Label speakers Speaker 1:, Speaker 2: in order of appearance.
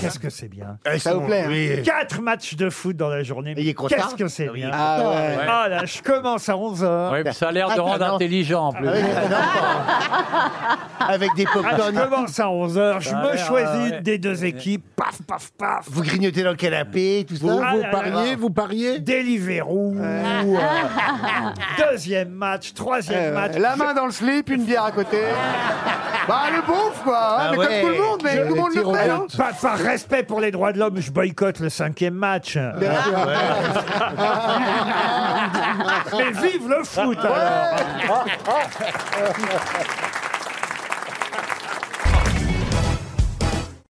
Speaker 1: Qu'est-ce que c'est bien
Speaker 2: Ça vous plaît, hein
Speaker 1: Euh, Quatre matchs de foot dans la journée.
Speaker 2: Il est content
Speaker 1: Qu'est-ce que c'est bien
Speaker 2: Ah ouais.
Speaker 3: Ouais.
Speaker 1: Ah là, je commence à 11h.
Speaker 3: Ouais, mais ça a l'air de
Speaker 2: Ah,
Speaker 3: rendre
Speaker 2: non.
Speaker 3: intelligent en plus.
Speaker 2: Ah oui, non. Avec des pop
Speaker 1: Ah, je commence à 11h, je
Speaker 3: Ça a
Speaker 1: me
Speaker 3: l'air,
Speaker 1: choisis
Speaker 3: ouais.
Speaker 1: des deux équipes, paf, paf, paf.
Speaker 2: Vous grignotez dans le canapé, tout ça.
Speaker 4: Vous,
Speaker 1: Ah
Speaker 4: vous
Speaker 1: là là
Speaker 4: pariez,
Speaker 1: là.
Speaker 4: vous pariez
Speaker 1: Deliveroo, euh, deuxième match, troisième
Speaker 2: Euh,
Speaker 1: match.
Speaker 4: Euh, La main dans le slip, une bière à côté. bah, le bouffe, quoi hein,
Speaker 2: Ah
Speaker 4: Mais
Speaker 2: ouais.
Speaker 4: comme tout le monde, mais
Speaker 2: Je-
Speaker 4: tout le monde
Speaker 2: le
Speaker 4: le
Speaker 2: tir
Speaker 4: fait,
Speaker 2: au
Speaker 4: hein.
Speaker 1: Par, par respect pour les droits de l'homme, je boycotte le cinquième match. Mais vive le foot alors.